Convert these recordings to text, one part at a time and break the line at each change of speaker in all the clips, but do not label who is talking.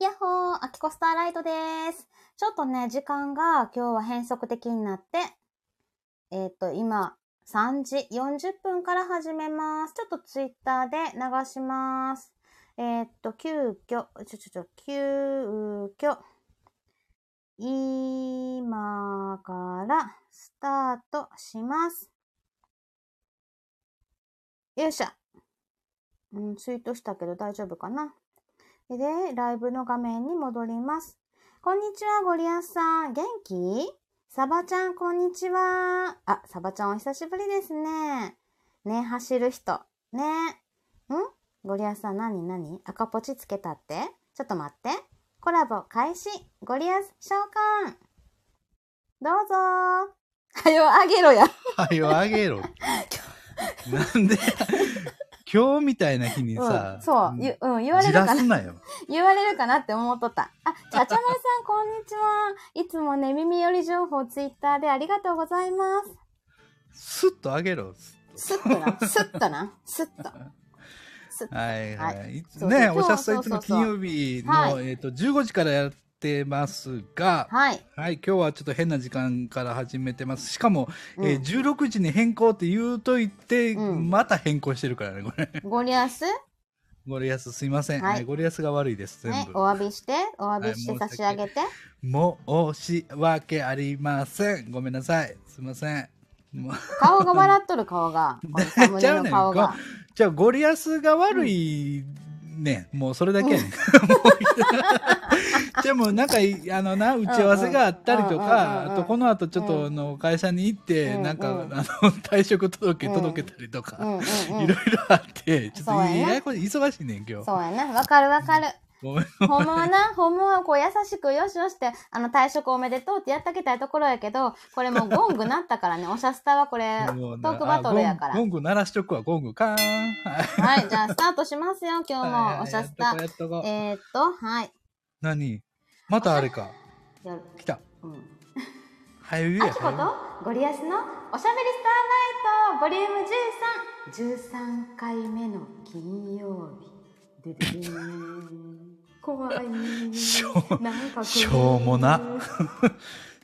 やっほー、アキコスターライトです。ちょっとね、時間が今日は変則的になって、えっ、と、今、3時40分から始めます。ちょっとツイッターで流します。えっ、と、急遽、ちょちょちょ、急遽、今からスタートします。よいしょ。うん、ツイートしたけど大丈夫かな。で、ライブの画面に戻ります。こんにちは、ゴリアスさん。元気サバちゃん、こんにちは。あ、サバちゃんお久しぶりですね。ね、走る人。ね。んゴリアスさん、何何赤ポチつけたってちょっと待って。コラボ開始。ゴリアス召喚。どうぞはよ、あげろや。
はよあげろ。なんで、今日みたいな日にさ、
うん、そう、ゆうん、言われ
じ
るからな
す。なよ。
言われるかなって思っとった。あ、ちゃちゃまるさん、こんにちは。いつもね、耳寄り情報ツイッターでありがとうございます。
すっとあげろ。すっ
スッとな、スッとな、スッと。スッ
とはいはい。いつ
そう
ね、
そう
おしゃすさんいつ
そう
も
そうそう
金曜日の、
は
えっ、と、15時からやってますが、
はい。
はい、今日はちょっと変な時間から始めてます。しかも、え
う
ー
ん
16時に変更って言うといて、
うん
また変更してるからね、これ。
ゴリアス、
ゴリアスすいません。
はい
はい、ゴリアスが悪いです、全
ね、
部。
お詫びして、お詫びして
はい
差し上げて。
申し訳ありません。ごめんなさい。すいません。もう
顔が笑っとる顔が、このサムネの顔が。
じゃあ、ゴリアスが悪いね、もうそれだけやね、もう じゃあもうなんかいあのな打ち合わせがあったりと
うんうんうんうんうん
かあとこの後ちょっ
うん
とあの会社に行って
うん
なんか
うん
あの退職届
うん
届けたりと
う
か
んうんう
い
ん
ろいろ。あってちょっと
そうやね
ややこしい忙しいねん今日
そうやな、わかるわかる。
ごめん
ほんまはな、ほんまはこう優しくよしよしって、あの退職おめでとうってやってあげたいところやけど、これもうゴングなったからね、おしゃスタはこれ、ト
もうな
ークバトルやから
あゴ。ンゴング鳴らしとくわゴングカーンはい
はい、じゃあスタートしますよ、今日もおしゃスタ。
やっとこうやっとこう
えー、っと、はい。
何またあれか
やる
来た
うん
早い
あ
や
きこ
早い
とゴリアスのおしゃべりスターナイトボリューム13 13回目の金曜日でででん怖い
しょう
なんか
しょうもな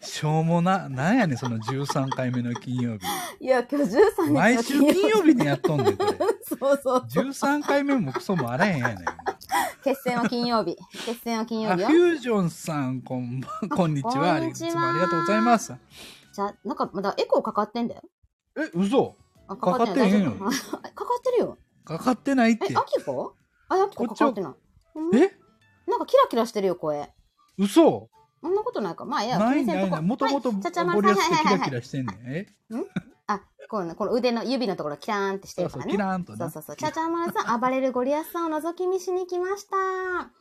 しょうもななんやねんその13回目の金曜日
いや今日13日の
毎週金曜日にやっとんねんこれ
そうそうそう
13回目もクソもあらへんやねん
決戦は金曜日決戦は金曜
あ
日
フ
よ
ュージョンさんこんばんこんにちは
こんにちはい
つもありがとうございます
じゃあなんかまだエコーかかってんだよ
え嘘
あ
かかってへんよ
大丈夫 かかってるよ
かかってないっ
え
て
あきこああきこかかってないうん
え
なんかキラキラしてるよ声
嘘
そんなことないか。まあ、いや、
な
気
い
にせんと
ない
こ
ないもともと
はい
ボ
ち
リ
ゃちゃまる
ュースってキラキ
はいはいはいはい
ラしてんねんえ
あ、こうね、この腕の指のところ、キラーンってして
そ
るか
うそう
らね。
キラーンと
そう
な
そうそう。ちゃちゃまるさん、暴れるゴリアスさんを覗き見しに来ました。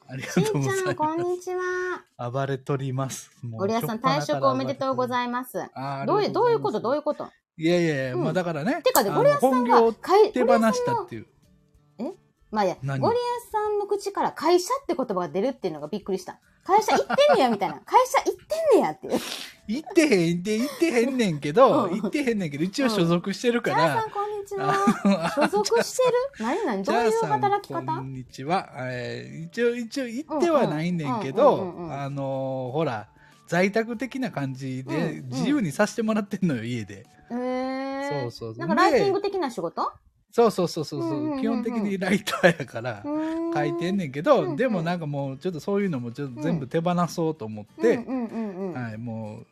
ありが
し
とうんご
ち
ざい
ゃ
ま
ん、
す
こんにちは。
暴れとります。もう
ゴリアスさん、
しょっぱな
退
から
職おめでとうご
い
ざいます。
ます
どういう、どういうことどういううこと
いやいやいや、
うん
まあだからね。
てかで、
あ
ゴリアスさん
本業
が
を
会、
手放したっていう。
まあいいや、
何
ゴリアスさんの口から会社って言葉が出るっていうのがびっくりした。会社行ってんねや、みたいな。会社行ってんねやっていう。
行ってへんで、行ってへんねんけ
う
ど、
ん
行ってへんねんけど、一応所属してる
チャ
か
ーさ
ら
ん、。こんにちは。
あ
所属してる何何
じ
ど
ゃ
う
あ
いう
さん
働き
こ
方
んにちは。えー一応、一応、行ってはないねんけ
うんうんうんうんうんう、
ど
ん
あのー、ほら、在宅的な感じ
うんう
で、
ん
自由にさせてもらってんのよ、家で。
へえ
そうそうそう
なんかライティング的な仕事
そうそうそうそう
うんうんうんう
そ
ん
う。基本的にライターやから。書
書
いてんねんけ
うんう
ど
ん
でもなんかもうちょっとそういうのもちょっと全部手放そうと思っ
で、
て
うんうんうんうん
はいも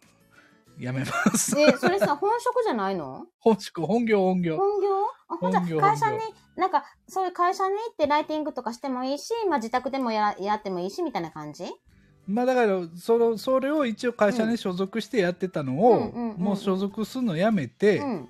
うやめます
えそれさ本職じゃないの
本職本業本業
本業あほんじゃ
本業
会社に
本
なんかそういう会社に行ってライティングとかしてもいいし、まあ、自宅でもややってもいいしみたいな感じ
まあだからそのそれを一応会社に所属してやってたの
うん
を、
うんうんうん
もう所属するのやめて、
うん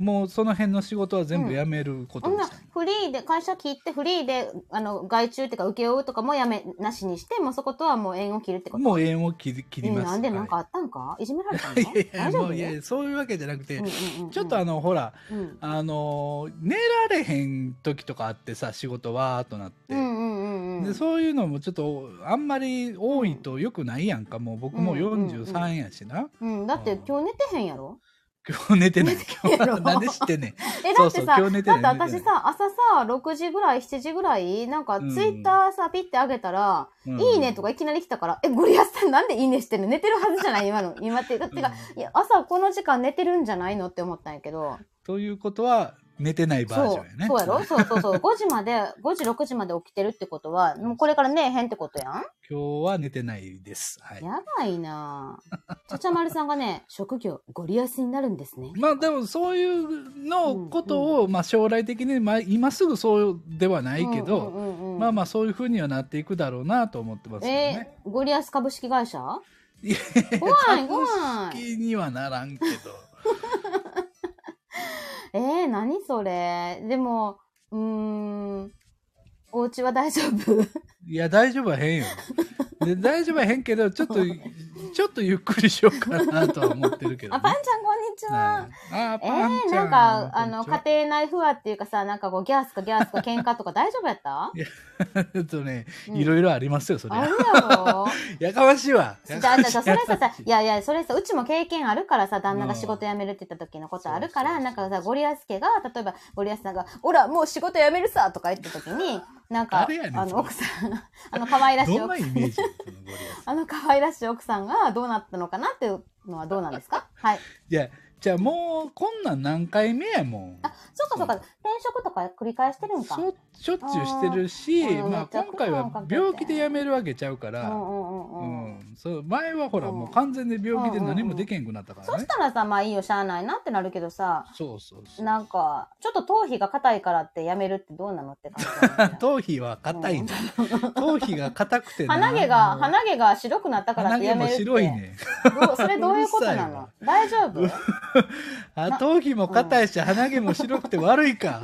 もうその辺の仕事は全部やめる
ほ
こと
ん
に
なら
した、
フリーで会社切ってフリーであの外注っていうか請け負うとかもやめなしにしてもうそことはもう縁を切るってこと
もう縁を切り切り
え
ます、
なんでなんかあ
は
ったんか、い、じめられたの
いいや
大
いや
丈
も
夫
ういやいやそういうわけじゃなくて、
うんうんうん
ちょっとあのほら
うんうん
あのー寝られへん時とかあってさ仕事わーっとなって、
うんうんうんう
で
ん
そういうのもちょっとあんまり多いと良くないやんかもう僕も
うんうんうん
43やしな、
うんだって今日寝てへんやろ
今日寝てない。
寝てんや
今
ろ
日、なんで知ってんねん。
え、だ
そ
っ
う
て
そう
さ、
今日寝てない
だって
寝
私
てな
さ、朝さ、6時ぐらい、7時ぐらい、なんかツ
うん
イッターさ、ピッて上げたら、
うん
いいねとかいきなり来たから、え、ゴリアスさんなんでいいねしてんの寝てるはずじ ゃない今の。今って、だってか、いや、朝この時間寝てるんじゃないのって思ったんやけど。
ということは、寝てないバージ
そ
ョンや
う。
ね。
そうやろそうそうそう。5時まで、5時、6時まで起きてるってことは、もうこれから寝えへんってことやん
今日は寝てないです。はい。
やばいなぁ。ちゃちゃまるさんがね、職業、ゴリアスになるんですね。
まあでもそういうのことを、まあ将来的に、まあ今すぐそうではないけど、
うんうんうんうん
まあまあそういうふうにはなっていくだろうなと思ってますよ
え
ね。
ーゴリアス株式会社
いや
怖い怖
好
い。
きにはならんけど。
えー、何それ。でも、うーん、お家は大丈夫
いや大丈夫はへ んよ。で大丈夫はへんけどちょっとちょっとゆっくりしようかなとは思ってるけど、
あ、
ね。
パンちゃんこんにちは。
はいあ
え
パン
ー、
ち
な
ゃ
んか、あ
こ
の、
ちは
家庭内不和っていうかさ、なんかこう、ギャースかギャースか喧嘩とか大丈夫やった
えっとね、
うん
いろいろありますよ、それ
あ。るやろ
やかましいわ。
じゃあ、
や
じゃ
か
あ
ま
じ
し
ゃあ
い
それささ、いやいや、それさ、うちも経験あるからさ、旦那が仕事辞めるって言った時のことあるから、
うん
なんかさ、ゴリアス家が、例えば、ゴリアスさんが、ほら、もう仕事辞めるさとか言った時に、なんか、
誰やねん
あ
そ
の、
れ
奥さん、 あの、可愛らしい
どんな
奥
イ
さん
メージそのゴリアス
あの可愛らしい奥さんがどうなったのかなっていうのはどうなんですかはい。
いや、じゃあもう、こんなん何回目やもん。
あ、そうかそうか。転職とか繰り返してるんか。
しょしょっちゅうしてるし、
あー
まあ、
うん
今回は病気で辞めるわけちゃうか
う
ら、
んう
うん
うんうん。
そう前はほら、
うん
もう完全に病気で何もできへんくなったか
そ
ら
し
ね。
たらさ、まあいいよ、しゃあないなってなるけどさ、
そうそうそう。
なんか、ちょっと頭皮が硬いからってやめるってどうなのって感じだよね。
頭皮は硬いんだ。頭皮が硬くてな
鼻毛
あ
が、
の
鼻毛が白くなったからっ
鼻
て
毛
やめ
も
るって。
白いね。
どうそれどういうことなの大丈夫
あ頭皮も硬いし、鼻毛も白くて悪いか。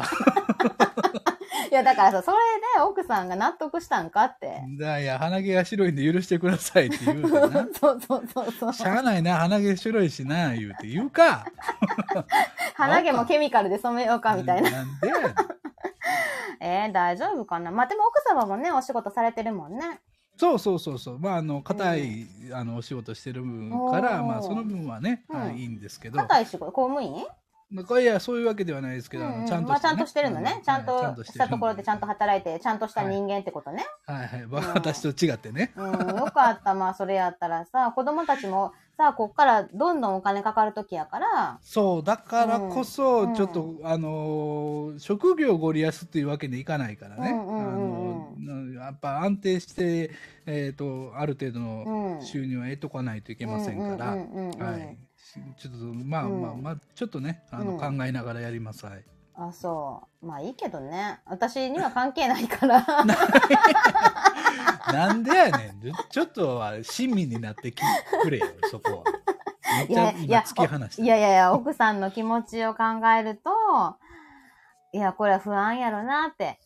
いや、だからさ、それで奥さんが納得したんかって。。
いやいや、鼻毛が白いんで許してくださいって言うてな
そうそうそう そう。
しゃあないな、鼻毛白いしな、言うて言うか。
鼻毛もケミカルで染めようかみたいな。
なんでやねん
えー、大丈夫かなまあ、でも奥様もね、お仕事されてるもんね。
そうそうそうそう。まあ、あの、硬い、あの、お仕事してる分から、
おー
まあ、その分はね、
うん
はい、いいんですけど。
硬い仕事、公務員
まあ、いや、そういうわけではないですけど、あ
うんうん
のちゃんと、
まあ、ちゃんとしてるの
あ
ね。ちゃん
はい
としたところでちゃんと
は
働いて、ちゃんとした人間ってことね。
いはいはい、まあ私と違ってね。
うん、よかった。まあ、それやったらさ、子供たちもさ、こっからどんどんお金かかる時やから、
そう、だからこ
うん
そ、ちょっと、あのー職業ゴリアスというわけにいかないからね。
うんうんうん
あのやっぱ安定して、えっ、と、ある程度
う
の
ん
収入は得とかないといけませんから。
うんうんうんうんうん
はい。ちょっと、まあ
うん
まあまあ、ちょっとね、あの、
うん
考えながらやります。はい。
あ、そう。まあ、いいけどね。私には関係ないから。
なんでやねん。ちょちょっとは親身になってきくれよ、そこは。めっ
い
ちゃ
やいや
今突き放して
いやいやいや、奥さんの気持ちを考えると、いや、これは不安やろなって。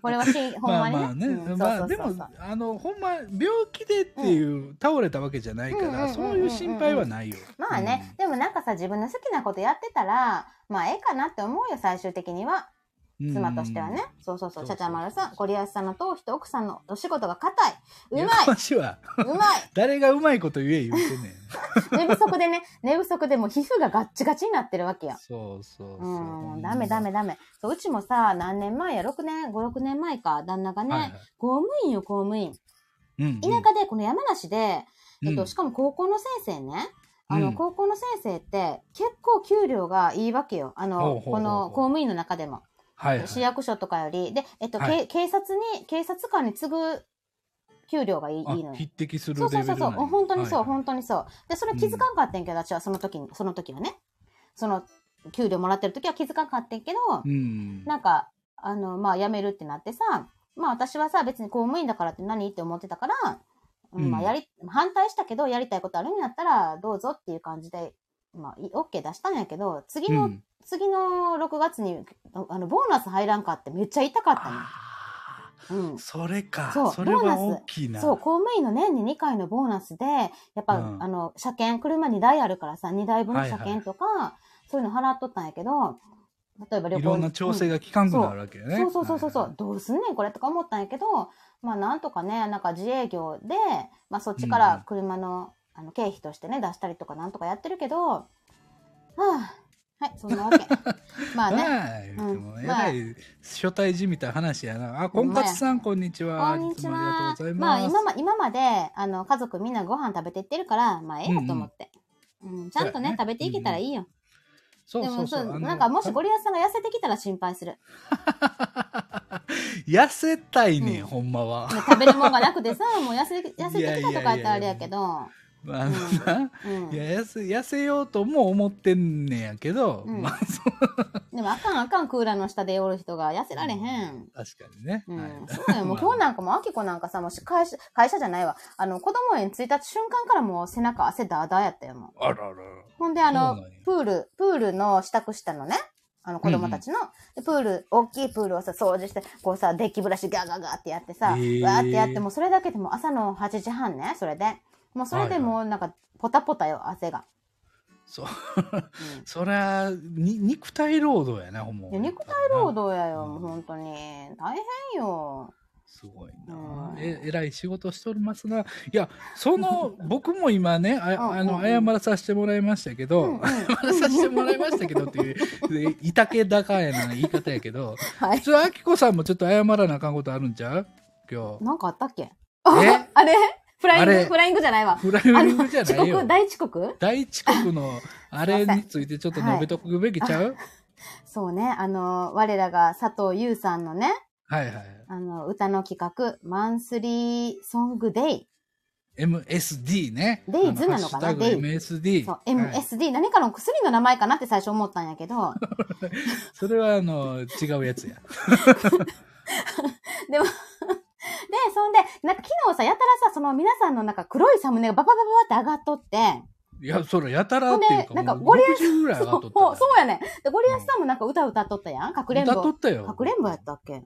これはし、 ほん
ま
ま
あ
にね。
まあね、
うん
まあ
そう
で
そうそうそ
も
う
あのほんま病気でっていう、倒れたわけじゃないか
うんうんうんうん
ら、
うん
そういう心配はないよ。
まあね、でもなんかさ、自分の好きなことやってたら、まあ、ええかなって思うよ、最終的には。
うん、
妻としてはね。そうそうそう、
そう
ち
そ
ゃ
う
ちゃまるさん、ゴリアスさんの頭皮と奥さんのお仕事が硬
う
い。
ん。
うま
やかましいわ
い。うま
誰がうまいこと言え言うてんねん。
い。寝不足でね、寝不足でもう皮膚がガッチガチになってるわけよ。
そうそうそう。
うん、ダメダメダメ。そう、うちもさ、何年前や、6年、5、6年前か、旦那がね、
はいはい
公務員よ、公務員。
うんうん。
田舎で、この山梨で、えっ
う
と、
ん
しかも高校の先生ね、あ
う
の、
ん
高校の先生って、結構給料がいいわけよ。あ
ほうほ
の、
うほうほう
この公務員の中でも。
はいはい、
市役所とかより。で、えっと、
は
け警察に、警察官に次ぐ給料がいいいい
あ
のよ。
匹敵する
そ
レ
うそう
ベル
そうそう、
なんや
本当にそう、
はいはい
本当にそう。で、それ気づかんかったんやけど、私はその時に、その時はね。その、給料もらってる時は気づかんかったんやけど、
うん。
なんか、あの、まあ、辞めるってなってさ、まあ、私はさ、別に公務員だからって何って思ってたから、うん
うん
まあ、やり、反対したけど、やりたいことあるんやったら、どうぞっていう感じで、まあ、い OK 出したんやけど、次の、
うん
次の6月に、ああの、ボーナス入らんかってめっちゃ痛かった
あ
の。うん
ー。それか。
そう
それ
ボーナ
は
ス
大きいな。
そう、公務員の年に2回のボーナスで、やっぱ、
うん
あの、車検、車2台あるからさ、2台分の車検とか、そういうの払っとったんやけど、例えば旅行
いろんな調整が効かんくなるわけよね。
そうそうそうそうそう、
はいはい
どうすんねんこれとか思ったんやけどまあなんとかねなんか自営業で、まあ、そっちから車の,、あの経費としてね出したりとかなんとかやってるけどはあ、はい、そんな わけ。まあね。
はい、でも
うん
えらい初対じみた話やな。あ、こんかつさん、こんにち
こ
は。。
んにちはい
つもありがとうござい
まあ
ます。
今ま今まであの家族みんなご飯食べてってるからまあええやと思って、うんちゃんとね
そうやね
食べていけたらいいよ、
そう
で
そ
も
うそ
そう
う。あの
なんかもしゴリラさんが痩せてきたら心配する
痩せたいね、
うん
ん、ほんまは。
もう食べるもんがなくてさもう痩 せ痩せてきたとかやったらあれやけど
あの
う
な、
ん
いや痩せ痩せようとも思ってんねんやけど、
うん
まあそ
でもあかんあかんクーラーの下でおる人が痩せられへん。
確かにね。
う
はい
ん、そうだ よ。もう
まあ
今日なんかも、あきこなんかさ、もうし会社、会社じゃないわ。あの、子供園着いた瞬間からもう背中汗だーだーやったよ、もう。
あららら。
ほんで、あ
そう
の
なんや、
プール、プールの支度したのね。あの、子供たちの。でプール、大きいプールをさ、掃除して、こうさ、デッキブラシガーガーガーってやってさ、わ
へー
ーってやって、もうそれだけでもう朝の8時半ね、それで。もうそれでもうなんか、ポタポタよ、汗が。
そう。
うん
そりゃ、に肉体労働やな、ほんま。
いや肉体労働やよ、
うん
もう本当に。大変よ。
すごい
うん
な。え、えらい仕事しておりますが、いや、そ の、僕も今ね、
うん
ああ
う
の、
んうん
謝らさせてもらいましたけ
うんうん
ど、謝らさせてもらいましたけどっていう、でいたけだかやな言い方やけど、
はい。
ちょ、あきこさんもちょっと謝らなあかんことあるんちゃう今日。
なんかあったっけ
え
あれフライン
あ
グ
れ
フライングじゃないわ。
フライ
あ
ン
の、
グじゃ
遅
ない
刻
よ。
大遅刻
大遅刻のあれについてちょっと述べとくべきちゃう
そうね。あの、我らが佐藤優さんのね、
はいはい。
あの、歌の企画、マンスリーソングデイ。
MSD ね。
デイズなのかな
あハッシュタグ
デイ
MSD。
そう、
はい
MSD、何かの薬の名前かなって最初思ったんやけど、
それはあの、違うやつや。
でも、で、そんで、なんか昨日さ、やたらさ、その皆さんのなんか黒いサムネがバババババって上がっとって、
いや、それやたらっていう
ほ
か、
んでなんか
もう
ゴリラ
60ぐらい上が
そ
っ
う
とった
もうそうや
ね。
ね。で、ゴリアスさんもなんか歌歌っとったやんかくれんぼ。
歌っと
か
ったよ。
くれんぼやったっけ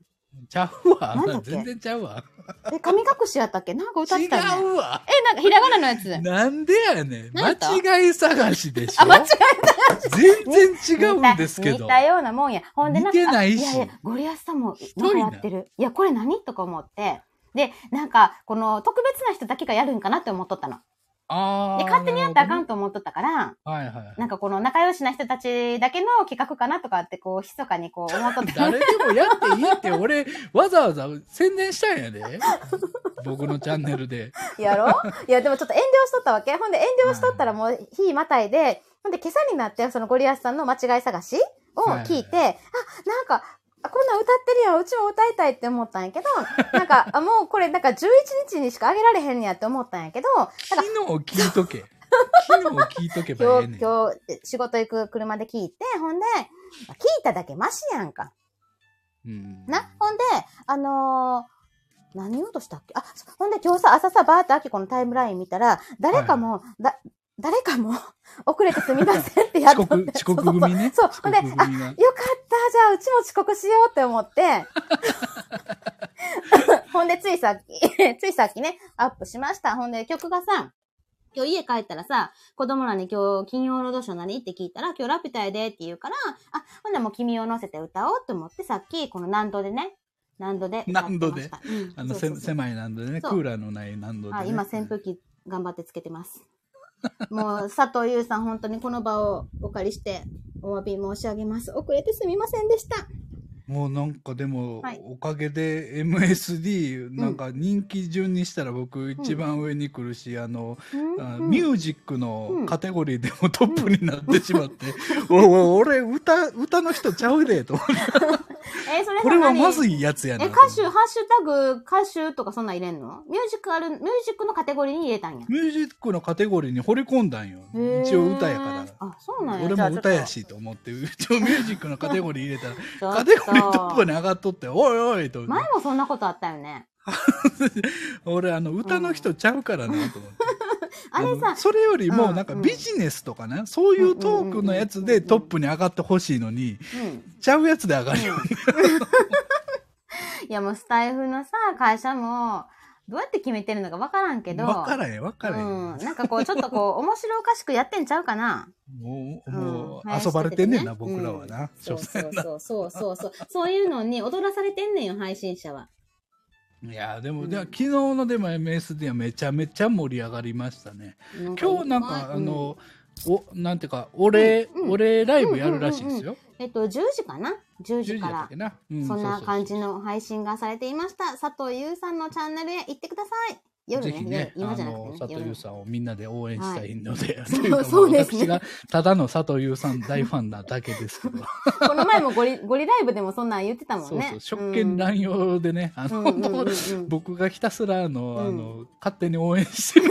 ちゃうわ
なんだっ。け
全然ちゃうわ。
え、神隠しやったっけなんか歌ってたよね。
違うわ。
え、なんかひらがなのやつ。
なんでやねん。
なんやった
間違い探しでしょ。
あ、間違
全然違うんですけ
似
ど。
たようなもんや。ほんでんか
似てないし
あいやいや、ゴリアスさんも
一、人
なん
な
かやってる。いや、これ何とか思って。で、なんか、この、特別な人だけがやるんかなって思っとったの。
あ
で、
ー
勝手にやったらあか
なる
んと思っとったから、
ほどねはいはい。
なんかこの仲良しな人たちだけの企画かなとかって、こう、密かにこう、思っと った。
誰でもやっていいって俺わざわざ宣伝したん やで僕のチャンネルで
や ろいや、でもちょっと遠慮しとったわけ。ほんで、遠慮しとったらもう、日またいで、ほんで、今朝になって、そのゴリアスさんの間違い探しを聞いて、あ、なんか、あこんなん歌ってるやん、うちも歌いたいって思ったんや けど、なんか、あもうこれ、なんか11日にしかあげられへんやって思ったんやけど、
昨日聞いとけ昨日聞いとけば
今
ええ
日、
ねん
今日、仕事行く車で聞いて、ほんで、聞いただけマシやんか。
うん
な、ほんで、あのー何言おうとしたっけあ、そほんで今日さ、朝さ、バーってアキコのタイムライン見たら、誰かも、だ、誰かも、 遅れてすみませんってやっ
遅
とって
刻遅刻組ね
そうそうそう。ほんで、あ、
遅
よかった、
刻組が
じゃあうちも遅刻しようって思って。 ほんで、ついさっき、 ついさっきね、アップしました。ほんで、曲がさ、今日家帰ったらさ、子供らに今日、金曜ロードショー何って聞いたら、今日ラピュタやでって言うから、あ、ほんならもう君を乗せて歌おうと思って、さっき、この難度でね、難度で歌ってました。うん
あ
そ
の
う
せ
そうそう
狭いなんでねク
そう
ーラーのない何度で、ね、
あ今、扇風機頑張ってつけてます。もう、佐藤優さん、本当にこの場をお借りして、お詫び申し上げます。遅れてすみませんでした。
もうなんかでも、
はい
おかげで MSD なんか人気順にしたら僕一番上に来るし、あのあミュージックのカテゴリーでも トップになってしまって、おいおい俺歌、歌の人ちゃうで、と思って。
えーそれ
これはまず
い。
いやつやな。
え、歌手、ハッシュタグ、歌手とかそんなん入れんのミュージックある、ミュージックのカテゴリーに入れたんや。
ミュージックのカテゴリーに掘り込んだんよ。
へー
一応歌やから。
あ、そうなんや。
俺
じゃあ
も歌や。しと思って、一応ミュージックのカテゴリー入れた ら、
ちょっと
カテゴリートップに上がっとって、おいおいと思っ
前
て、
もそんなことあったよね。
俺あの歌の人ちゃうからなと思って。
あれ
あ
さ
の、それよりも
うん
なんか
うん
ビジネスとかね、そういうトークのやつでトップに上がってほしいのに、
うん。
ちゃうやつで上がるよ。
いや、もうスタイフのさ、会社も、どうやって決めてるのかわからんけど。
わからへん、わからへん。
うん。なんかこう、ちょっとこう、面白おかしくやってんちゃうかな。
も
う
う、
ん
もう
林
遊ばれてんねんな、
とかね
僕らはな。
そう
所
そ
詮
うそうそうそうそう。そういうのに踊らされてんねんよ、配信者は。
いや、で
う
も、
ん
で昨日のでも MSD はめちゃめちゃ盛り上がりましたね。今日なんか、あ、の、おなんていうか俺、
うんうん
俺ライブやるらしいですよ、
えっと、10時かな ?10 時
10時
か
やった
ら
っけ。な、うん
そんな感じ
そうそう
の配信がされていました。佐藤優さんのチャンネルへ行ってください。夜ね、
ぜひね、
夜今じゃ
あ
なくて
の
ね。
佐藤
夜
優さんをみんなで応援したいので、
い
といか
そうそうですね
私がただの佐藤優さん大ファンなだけですけど、
この前もゴリゴリライブでも そんなん言ってたもん
そう
ね。
そう、職権乱用でね、あ
う
の、
んうんうんうん
僕がひたすらあの、
うん
あの勝手に応援してる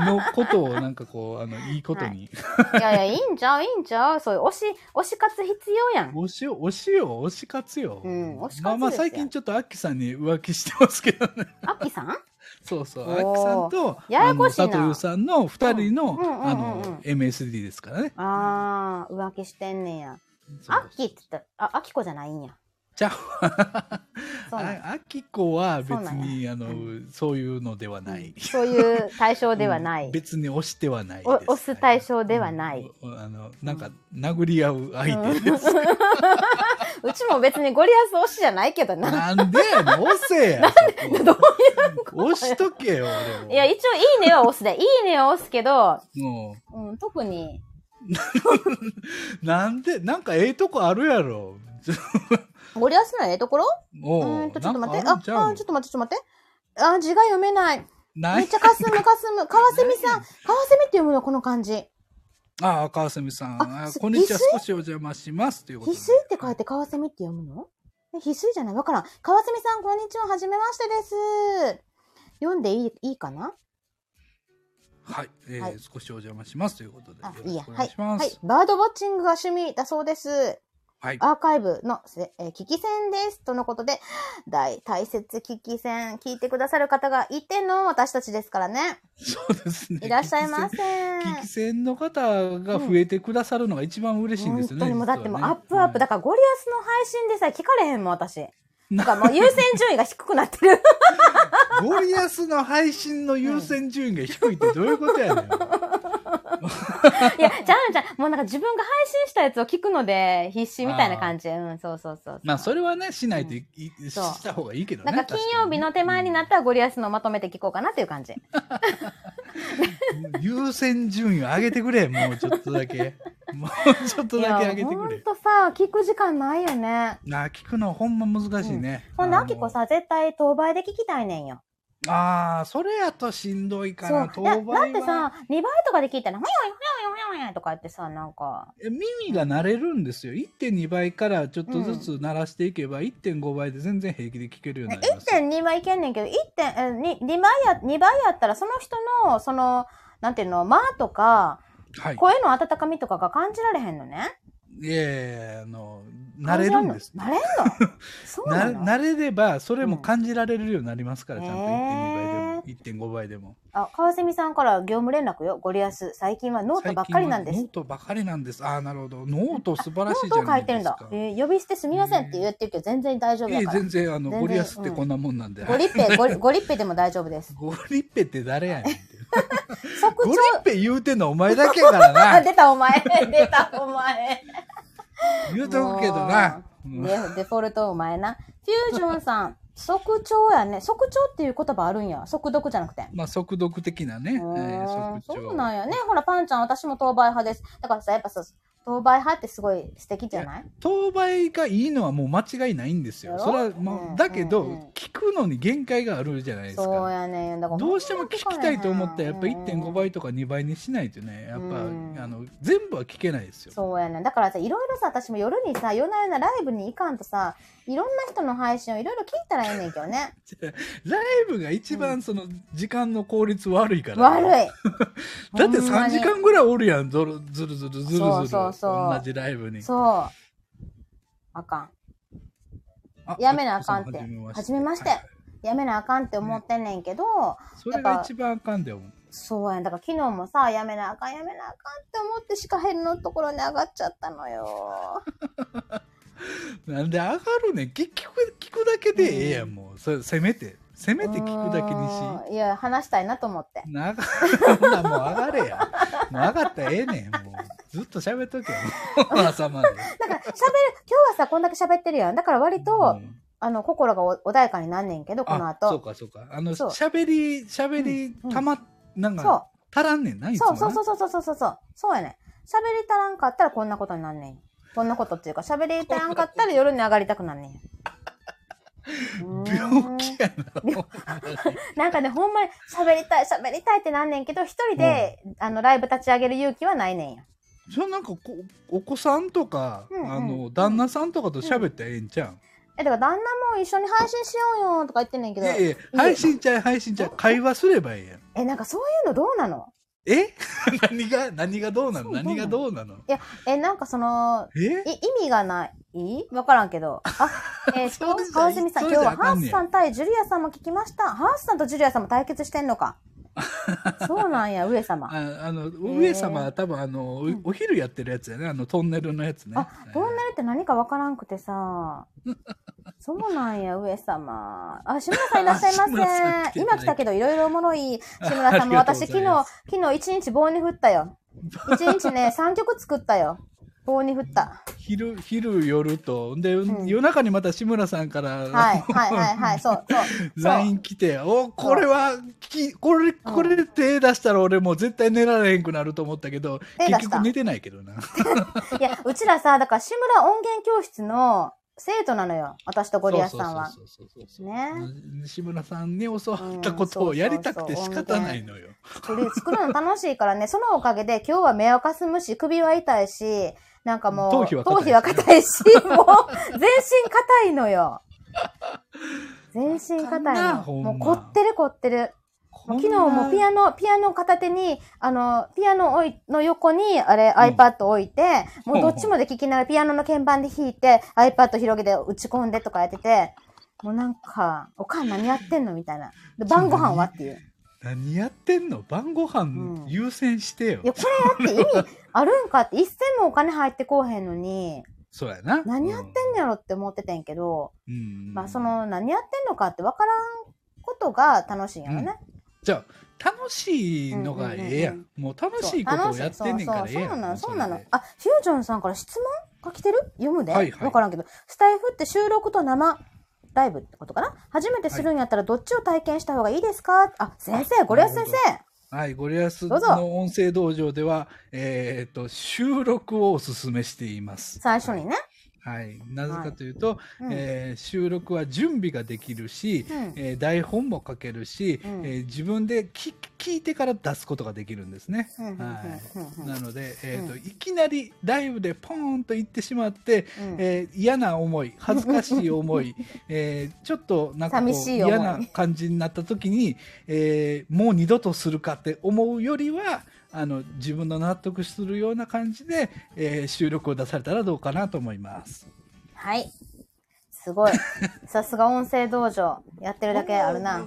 のことをなんかこうあのいいことに、
いやいや、いいんちゃういいんちゃうそういう推し、推し活必要やん。
推しよ推しよ推し活よ、
うん推し活ですよ
まあまあ最近ちょっとアッキさんに浮気してますけどね
アッキさん
そうそう
お
ア
ー
ッキさんと
ややこしいな
あの佐藤優さんの2人の,、
うんうんうんうんうん
あの MSD ですからね
あー、浮気してんねんや。
そう
アッキって言ったら、あ、アキコじゃないんや。
じゃあ
そうなんや
あアキコは別
そうなん
にあの、
う
そういうのではない、
そういう対象ではな
うん
い。
別に押してはないです
お押す対象ではない、
うんおあのなんか殴り合う相手です、
うちも別にゴリアス推しじゃないけどな。
なんでやねん押せや
どういう
そ
と
こ押しとけよ俺も
いや、一応、いいねは押すで。いいねは押すけど、
も
うん、特に、
うなんでなんかええとこあるやろ
ゴリアスのええところう
も
ー
う
んと、ちょっと待って。あ、
な
あ
ん
ー、
か
ち
あ
ょ
るん
っ
ちゃ
と待って、ちょっと待って。あー、字が読めない。
うな
め
い
っちゃかすむかすむ。川蝉さん。川蝉って読むの、この漢字。
ああ川澄さん
あ
あ
す
こんにちは
翡
少しお邪魔しますということ
翡
で
翠って書いて川蝉って読むのえ翡翠じゃないわからん。川蝉さん、こんにちは。はじめましてです。読んでいい、いいかな
はい、えー
はい
少しお邪魔しますということで
あ
よ、ろ
いい
し
や。
くお
は
願い
い。
しま
はい
す。
バードウォッチングが趣味だそうです。
はい、
アーカイブのせ、えー聞き戦です。とのことで、大、大切聞き戦、聞いてくださる方がいての私たちですからね。
そうですね
いらっしゃいませ。
聞き戦の方が増えてくださるのが一番嬉しいんです
本
よ
当
ね。
にもうだってもうアップ
実
ア
は
ッ
ね
プ。だからゴリアスの配信でさえ聞かれへんもん、 私。な
なん
かもう優先順位が低くなってる。
ゴリアスの配信の優先順位が低いってどういうことやねん。
いや、じゃあじゃあもうなんか自分が配信したやつを聞くので必死みたいな感じ。うん、そうそうそうそう。
まあそれはねしないといいし
そう
した方がいいけどね。
なんか金曜日の手前にな
っ
ったらゴリアスのまとめて聞こうかなっていう感じ。
優先順位を上げてくれもうちょっとだけもうちょっとだけ上げてく
ほ
れ
ん。とさ、聞く時間ないよね。
なあ聞くのほんま難しいね。
ほんで、
あ
あ
の
きこ。さ、絶対当倍で聞きたいねんよ。
ああそれやとしんどいかな。
そう。
当
いやだ
倍は
ってさ、2倍とかで聞いたら、ほやほやほやほやほやとか言ってさ、なんか、
え耳が慣れるんですよ1.2倍からちょっとずつ慣らしていけば、1.5倍で全然平気で聞けるようになります
1.2倍いけんねんけど、1点、2, 2倍や、2倍やったら、その人の、その、なんていうの、間とか、
はい
声の温かみとかが感じられへんのね。
いやいやいやあの慣れるんです
感じられんの慣れんのそうな
な
の
慣れればそれも感じられるようになりますから、
うん
ちゃんと1.2倍でも、1.5倍でも
あ、川蝉さんから業務連絡よ。ゴリアス。最近はノートばっかりなんで
最近はノ
す
ー。トばっかりなんですああなるほどノート素晴
ノ
らしい
ー
じ
トを
ゃ
書
ないい
てるん
です
だ
か。
えー呼び捨てすみませんって言ってるけど、全然大丈夫
いえ
だ
い
から。
全然あの
全然
ゴリアスってこんなもんなんで、
ゴリッペ、ゴリゴリッペでも大丈夫です。
ゴリッペって誰やねんって
即
ゴリ
調。
ッペ言うてんのお前だけやから
あ、
な
出たお前。出たお前。
言うとくけどな、うん
デデフォルトお前な。フュージョンさ ん、即調やね。即調っていう言葉あるんや。即読じゃな くて。
まあ、速読的なね、え
う
ー
ん
速
そ
聴
うなんやね。ほら、パンちゃん、私も当倍派です。だからさ、やっぱさ、当倍派ってすごい素敵じゃない
当倍がいいのはもう間違いないんですよ。
やろ
それは、まあ
うん
だけど、
うんうん
聞くのに限界があるじゃないです
そう
か。
やねん。だから、
どうしても聞きたいと思ったらやっぱ1.5
うん。
倍とか2倍にしないとねやっぱ、
うん
あの全部は聞けないですよ。
そうやねん。だからさ、いろいろさ、私も夜にさ、夜な夜なライブに行かんとさ、いろんな人の配信をいろいろ聞いたらええねんけど ね。
ライブが一番その時間の効率悪いから、
悪い。
だって
ほんま
3
に
時間ぐらいおるやんずるずるずるずるずる
そうそうそう
同じライブに。
そう。あかん。
あ
やめなあかんって
はじめまして
初めまして
はい
やめなあかんって思ってんねんけど、
それが一番あかんだよ。
そうやん。だから昨日もさ、やめなあかん、やめなあかんって思ってシカヘルのところに上がっちゃったのよ。
なんで上がるねん聞聞く聞くだけでええやん、もうそれせめてせめて聞くだ
う
けにし
ーんいや、話したいなと思って。
ながほなもう上がれやもう上がったらええねんもうずっと喋っと けよもう朝まで
だから喋る、今日はさ、こんだけ喋ってるやん。だから割と、
ん
あの、心がお穏やかになんねんけど、この
あそう
後。
かそうかあの
そう
喋り喋り
うんうん
たま、なん
そう
か足らんねんないつも
そう
な
そうそうそうそうそうそう。そうやね。喋り足らんかったらこんなことになんねん。こんなことっていうか、喋り足らんかったら夜に上がりたくなんねん。
病気やな
なんかね、ほんまに喋りたい、喋りたいってなんねんけど、一人で、あの、ライブ立ち上げる勇気はないねんや。
じゃあなんかこうお子さんとか、
うんうん
あの旦那さんとかと喋ったらええんちゃうん、
え、だから旦那も一緒に配信しようよとか言ってんねんけど
い、やいや配信ちゃい配信ちゃい会話すればええやん
え、なんかそういうのどうなの
え 何が何がどうなの
そう
何がどうなの
え、なんかその、
え
い意味がないわからんけ ど。あ、えー、
それじゃ
川澄さん、今日
それじゃ
は
あか
ハ
ん
ー
ね
ス
や
さん対ジュリアさんも聞きました。ハースさんとジュリアさんも対決してんの か。そうなんや、上様。あ、
ああの上様は多分あの、お
うん
お昼やってるやつやねあのトンネルのやつね
トンネルって何かわからんくて さ。そうなんや、上様。あ、志村さんいらっしゃい ま
志村さん来
せ
て
ん。
ない
今来たけど、いろいろおもろ い。志村
あ
さん
り
も
がとうご
私、
ざ
昨
いま
日、昨日一日棒に振ったよ。一日 ね、3曲作ったよ。棒に振った。
昼昼夜とで、
うん
夜中にまた志村さんから、
はい、はい、 はい、はい、そう、そう。
LINE 来て、おこれはき、これ、これで手出したら俺もう絶対寝られへんくなると思ったけど、
手出した
結局寝てないけどな。
いや、うちらさ、だから志村音源教室の生徒なのよ。私とゴリアスさんは。
そうそうそうそうそう
ね
志村さんに教わったことをやりたくて仕方ないのよ。
作る作るの楽しいからね、そのおかげで今日は目はかすむし、首は痛いし、なんかもう、
頭皮は硬い
は硬いし、 もう、全身硬いのよ。全身硬い
あかんな
の。
ほんま
もう凝ってる凝ってる。もう昨日もピ
ア
アノ、ピアノ片手に、あの、ピアノおいの横に、あれ、iPad 置いて、もうどっちもで聴きながらピアノの鍵盤で弾いて、iPad 広げて打ち込んでとかやってて、もうなんか、おかん何やってんのみたいな。で、晩ご飯はっていう。
何やってんの晩ご
ん
飯優先してよ。
いや、これやって意味あるんかって、一銭もお金入ってこうへんのに、
そうやな。
何やってんのやろって思っててんけど、
うん、うん
まあそ、の、何やってんのかってわからんことが楽しいんやろね。
じゃあ、楽しいのがええや
うんうん
ん。もう楽し
そう
いこと
楽
を
し
やってんねんからええ
そう
やん。
そうそうなの、そうなの
れで。
あ、フュージョンさんから質問が来てる読むで。わ、
はいはい
からんけど。スタイフって収録と生ライブってことかな初めてするんやったらどっちを体験した方がいいですか、あ、先生、ゴリアス先生
はい、ゴリアス
どうぞ
の音声道場では、えっ、と、収録をお勧めしています。
最初にね。
はい。なぜかというと、
うん
えー収録は準備ができるし、
うん
えー台本も書けるし、
うん
えー自分で聞聞いてから出すことができるんですね。
うんうんうん
は
うんうん
い。なので、えーと
う
いきなりライブでポーンと行ってしまって、
うん
えー嫌な思い、恥ずかしい思い、 えーちょっとなんかこう
寂しい思い
嫌な感じになった時に、えーもう二度とするかって思うよりは、あの自分の納得するような感じで、えー収録を出されたらどうかなと思います。
はい。すごい。さすが音声道場。やってるだけあるな。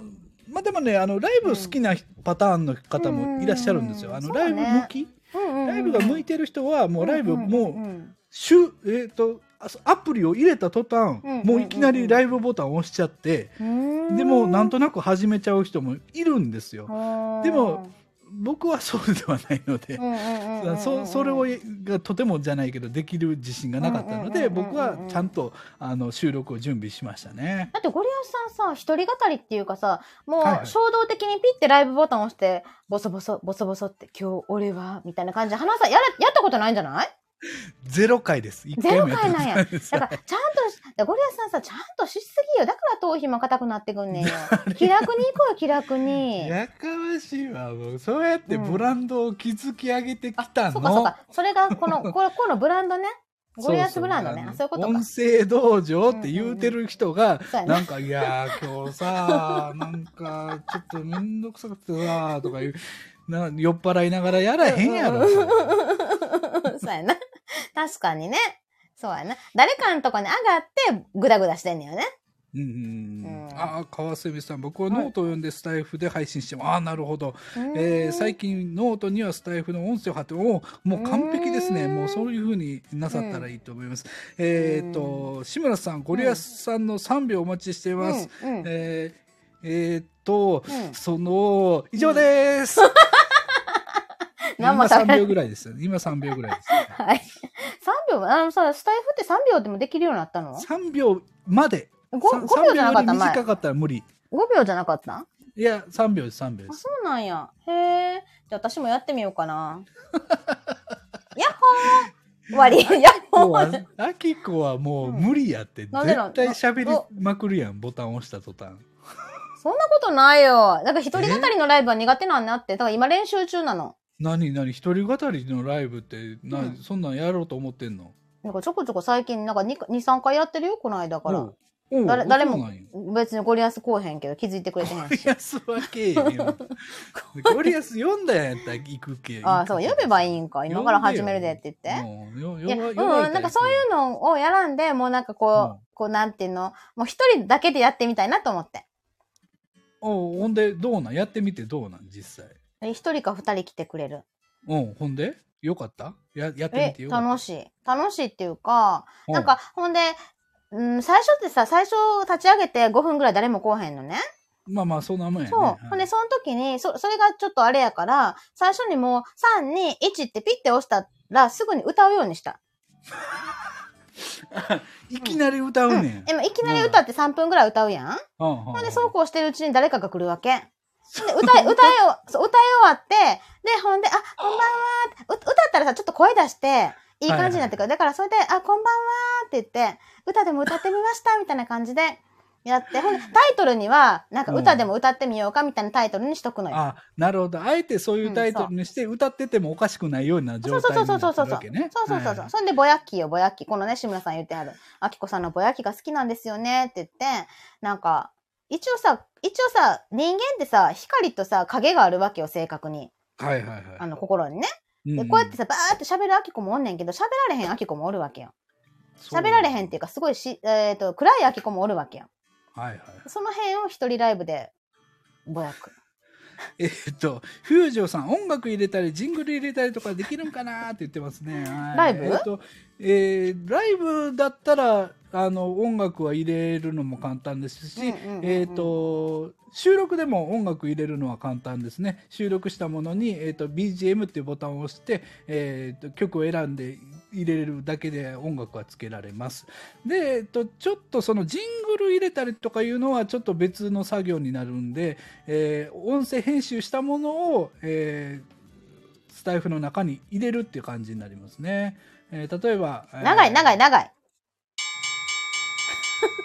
まあでもね、あのライブ好きなパターンの方もいらっしゃるんですよ。
うん
あ
そ
の
うね
ライブ向き、
うんうんうん
ライブが向いてる人はもうライブ
うんうん
もう
うん
しゅえっ、とあそうアプリを入れた途端、
うん
もういきなりライブボタンを押しちゃって、
うん
でもなんとなく始めちゃう人もいるんですよ。でも、僕はそうではないので
う、んうんうんうん
そそれをがとてもじゃないけどできる自信がなかったので、
うんうんうんうん
僕はちゃんとあの収録を準備しましたね。
だってゴリアスさんさ、一人語りっていうかさ、も
はいは
う
い
衝動的にピッてライブボタン押して、ボソボソ、ボソボソって、今日俺は、みたいな感じで話さ、やら、やったことないんじゃない
ゼロ回です。一
ゼロ
回もやって
回
ま
なん
せん
や。 だから、ちゃんとし、ゴリアスさんさ、ちゃんとしすぎよ。だから頭皮も硬くなってくんねん よ。気楽に行こうよ、気楽に。
やかましいわもうそうやってブランドを築き上げてきたの、
そうかそうか。それが、この、これ、このブランドね。ゴ
そう
リ
そう
アスブランドね。あそういうことか
音。声道場って言うてる人が、
そうや
な
ね。
んか、いやー、今日さ、なんか、ちょっとめんどくさくてさ、とか言う、な酔っ払いながらやらへんやろ。
そうやな。確かにね。そうやな。誰かのとこに上がって、グダグダしてんねよね。
うんうんう
うん
ん、ああ、川澄さん、僕はノートを読んでスタイフで配信しても、ああ、なるほど。えー最近ノートにはスタイフの音声を貼っておーもう完璧です
う
ね
ーん
もうそういうふうになさったらいいと思います、えーっと志村さんゴリアスさんの3秒お待ちしています、
うんうん
えーえーっと、
うん
その以上です、今
何も喋らない
3秒ぐらいですよね今3秒ぐら いです
はい。3秒、あのさ、スタイフって3秒でもできるようになったの
3秒まで
5,
さん
5秒じゃなかった
3秒より
前。
短かったら無理
5秒じゃなかった
いや、3秒です、3秒で
あ、
す
そ。うなんや。へえ。じゃあ私もやってみようか な。やっほー終わ り。やっほ
もうあ
ー。
きこはもううん無理やって、
なんでなん
絶対喋りまくるやんボタン押した途端
そんなことないよ。だから一人語りのライブは苦手なんだって。だから今練習中なの。
何何一人語りのライブってな、
うん
そんなんやろうと思ってんの
なんかちょこちょこ最近なんか2、3回やってるよ、この間か
お
ら
う。おう
誰誰も
そうなんや
別にゴリアスこうへんけど気づいてくれてへ
ゴ
ん し。
リアスはけえへんよ ゴリアス読んだんやったら行くけ
あそう、呼べばいい
っ
んか。今から始めるでって言って。
うん
いや、うん、なんかそう
う
いうのをやらんで、もうなんかこう、こうなんていうの、もう一人だけでやってみたいなと思って。
おうほんでどうなんやってみてどうなん実際
え一人か二人来てくれる。
うんほんでよかったややってみ
え
て、よかった
楽しい。楽しいっていうか、
うん
なんか、ほんで、うん、最初ってさ、最初立ち上げて5分ぐらい誰も来おへんのね。
まあまあそんなもんやね
そう。
はい
ほんで、その時に、そ、それがちょっとあれやから、最初にもう、3、2、1ってピッて押したら、すぐに歌うようにした。
いきなり歌
う
うね
ん。
ん、
え、まあいきなり歌って3分ぐらい歌うやん、
ほ
ほんで、そうこうしてるうちに誰かが来るわけ。で、歌い、歌いを、そう歌い終わって、で、ほんで、あ、こんばんはってう歌ったらさ、ちょっと声出して、いい感じになってくる。だから、それで、あ、こんばんはって言って、歌でも歌ってみました、みたいな感じで、やって、ほんで、タイトルには、なんか
うん
歌でも歌ってみようか、みたいなタイトルにしとくのよ。
あ、なるほど。あえてそういうタイトルにして、歌っててもおかしくないような
そう
状
そうそ
態
う
に
そ
な
う
って
そうそう
るわけね。
そうそうそうそう。そんで、ぼやっきーよ、ぼやっきー。このね、志村さん言ってある。あきこさんのぼやっきーが好きなんですよね、って言って、なんか、一応さ、一応さ、人間ってさ、光とさ、影があるわけよ、正確に。
はいはいはいは
あの、心にね。
い。
で、
ん
こうやってさ、バーって喋るあきこもおんねんけど、喋られへんあきこもおるわけよ。喋られへんっていうか、すごいし、えっ、と、暗いあきこもおるわけよ。
そうはいはい。
その辺を一人ライブで、ぼやく。
えーっと、フュージョンさん、音楽入れたり、ジングル入れたりとかできるんかなって言ってますね。はい
ライブ
えーっと、えーライブだったら、あの、音楽は入れるのも簡単ですし、
うんうんうんうん
えーっと、収録でも音楽入れるのは簡単ですね。収録したものに、えーっと、BGM っていうボタンを押して、えーっと、曲を選んで、入れるだけで音楽はつけられます。で、えっと、ちょっとそのジングル入れたりとかいうのはちょっと別の作業になるんで、えー音声編集したものを、えースタイフの中に入れるっていう感じになりますね。えー例えば、えー
長い長い長い。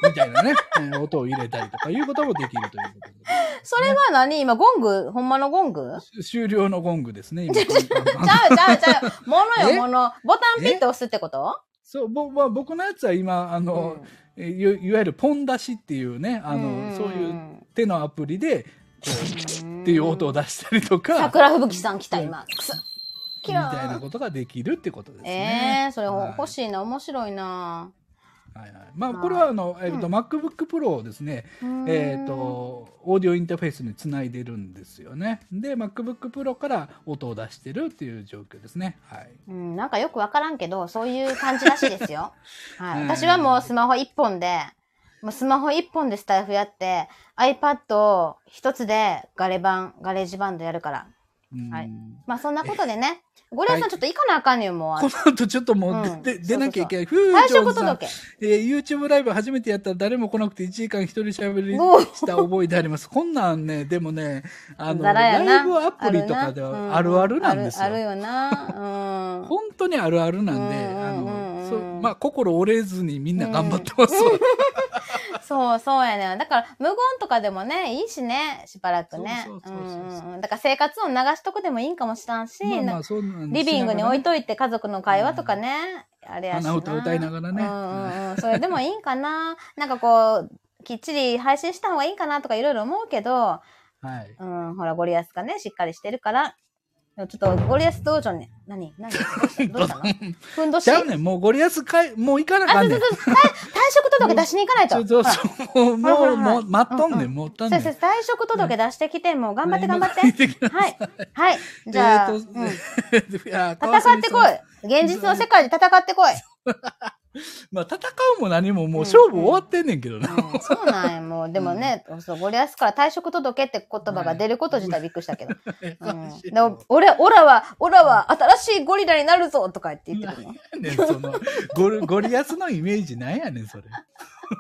みたいなね、えー音を入れたりとかいうこともできるということ
それは何今、ゴングほんまのゴン グ
で。終了のゴングですね、 今。
ちゃうちゃうちゃ う。ものよ、
え
もの。ボタンピッて押すってこと
そう、ぼまあ、僕のやつは今、あの、えーいわいわゆるポン出しっていうね、あの、そういう手のアプリで、こう、
っ
っていう音を出したりとか。
桜吹雪さん来た、今。くす
みたいなことができるってことですね。
ええー、それ
はい
欲しいな、面白いな。
はいはい、まあ、これはあの、えっ、と、
う
MacBook Pro をですね、えっ、、と、オーディオインターフェースにつないでるんですよね。で、MacBook Pro から音を出してるっていう状況ですね。はい。
うん、なんかよくわからんけど、そういう感じらしいです よ。は
う
い。
ん
私はもうスマホ一本で、もうスマホ一本でスタイフやって、iPad を一つでガレ版、ガレージバンドやるから。
うん
はいまあそんなことでね。ゴリアスさ
は
ん
い
ちょっと行かなあかんねん、もう。
この後ちょっともう出、
うんそうそ
で
うそう
出なきゃいけない。フ
退
ージョ
職
ンさん、
届。
えー、YouTube ライブ初めてやったら誰も来なくて1時間一人喋り
おー
した覚えであります。こんなんね、でもね、あの、
ざらやな
ライブアプリとかではあるあるなんですよ。
あるあるよな。うん。
本当にあるあるなんで、
うんうんうんうん
あの、そう、まあ、心折れずにみんな頑張ってます。
そうそうやね。だから、無言とかでもね、いいしね、しばらくね。
そううんそうそうそうそう
うんうんだから生活音流しとくでもいいんかもしらんし、
まあま
な
あ、そうなん
リビングに置い
て。
といて家族の会話とかね、あれやしな。
鼻歌歌いながらね
うんうんうん。それでもいいんかな。なんかこう、きっちり配信した方がいいんかなとかいろいろ思うけど、
はい。
うん、ほら、ゴリアスがね、しっかりしてるから、でもちょっとゴリアス道場に、何何どうした どうしたのふんどし。
ち
あ、
ゃ
そう
うねんもうゴリアスかい、もう行かなあか
そ
ん
うそ
ね
う。退
ん。
退職届出しに行かないと。
そうそう
ほら
そう。も
ほら
う、も
ほら
う、待っとんね、
うん
もうたんね。
そうんそう、退職届出してきて、もう頑張って頑張って。
今 から行きます
はい。はい。じゃあ、
え
う
ー
ん
と
戦
いや
ってこい。現実の世界で戦ってこい。
まあ、戦うも何も、もう勝負終わってんねんけどな。
うんそうなんや、もう。でもね、そうゴリアスから退職届って言葉が出ること自体びっくりしたけど。 うん、で俺、オラは、オラは新しいゴリラになるぞとか言って言ってくるの。
ねんそのゴリゴリアスのイメージなんやねんそれ
で、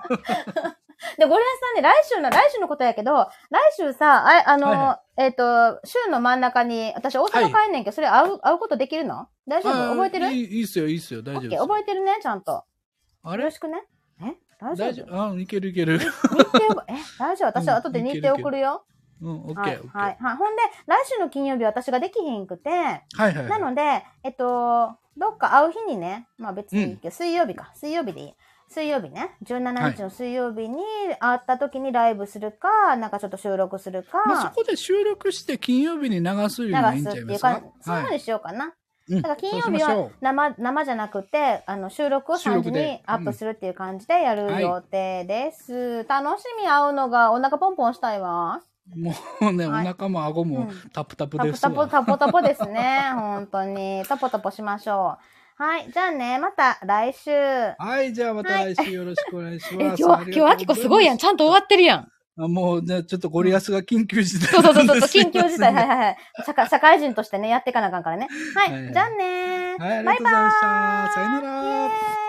ゴリアスさんね、来週の、来週のことやけど、来週さ、ああの、
はいは
えっ、と、週の真ん中に、私大阪帰んねんけど、それ会う、会うことできるの大丈夫覚えてる
あいいいいっすよ、いいっすよ、大
オ
丈夫
ッケ
で
ー
す。
覚えてるね、ちゃんと。
あ
よろ
れ
しくね。え大丈夫
大丈夫あ、いけるいける。
日程を、え、大丈夫私は
うん
後で
いけ
日
る
程送るよ。
うん、オッ
は
ケ
い
ー、オッケー。
はい。はい。ほんで、来週の金曜日私ができへんくて、
はいはい。
なので、えっと、どっか会う日にね、まあ別にいいけど、水曜日か。水曜日でいい。水曜日ね。17日の水曜日に会った時にライブするか、なんかちょっと収録するか。
まあ、そこで収録して金曜日に流すよりもいい
流すっ
んちゃ
て
い
い
ま
う
す
か
か、
そういうの
はい。
にしようかな。
うん
だから金曜
そう
日
しまし
は
ょ
生生じゃなくて、あの収録を
収
3
録
時
で
にアップするっていう感じでやる予定です。楽しみ会うのがお腹ポンポンしたいわ。
うもうね、お
はい
腹も顎もタプタプ
タ
で
ポ
す
タ
わ。
ポタポタポですね。本当に。タポタポしましょう。はい。じゃあね、また来週。
はい、じゃあまた来週よろしくお願いし
え、今
ます。
日、今日、あきこすごいやん。ちゃんと終わってるやん。
ん。もう、じゃあちょっとゴリアスが緊急事態
そうそうそうそう
なんですい
緊
緊急
ません
事態、はいはいはい。社会社会人としてね、やっていかなあかんからね。は
はいはい
い。じゃあね
はい、ありがとうございました。さよなら。
バイバイ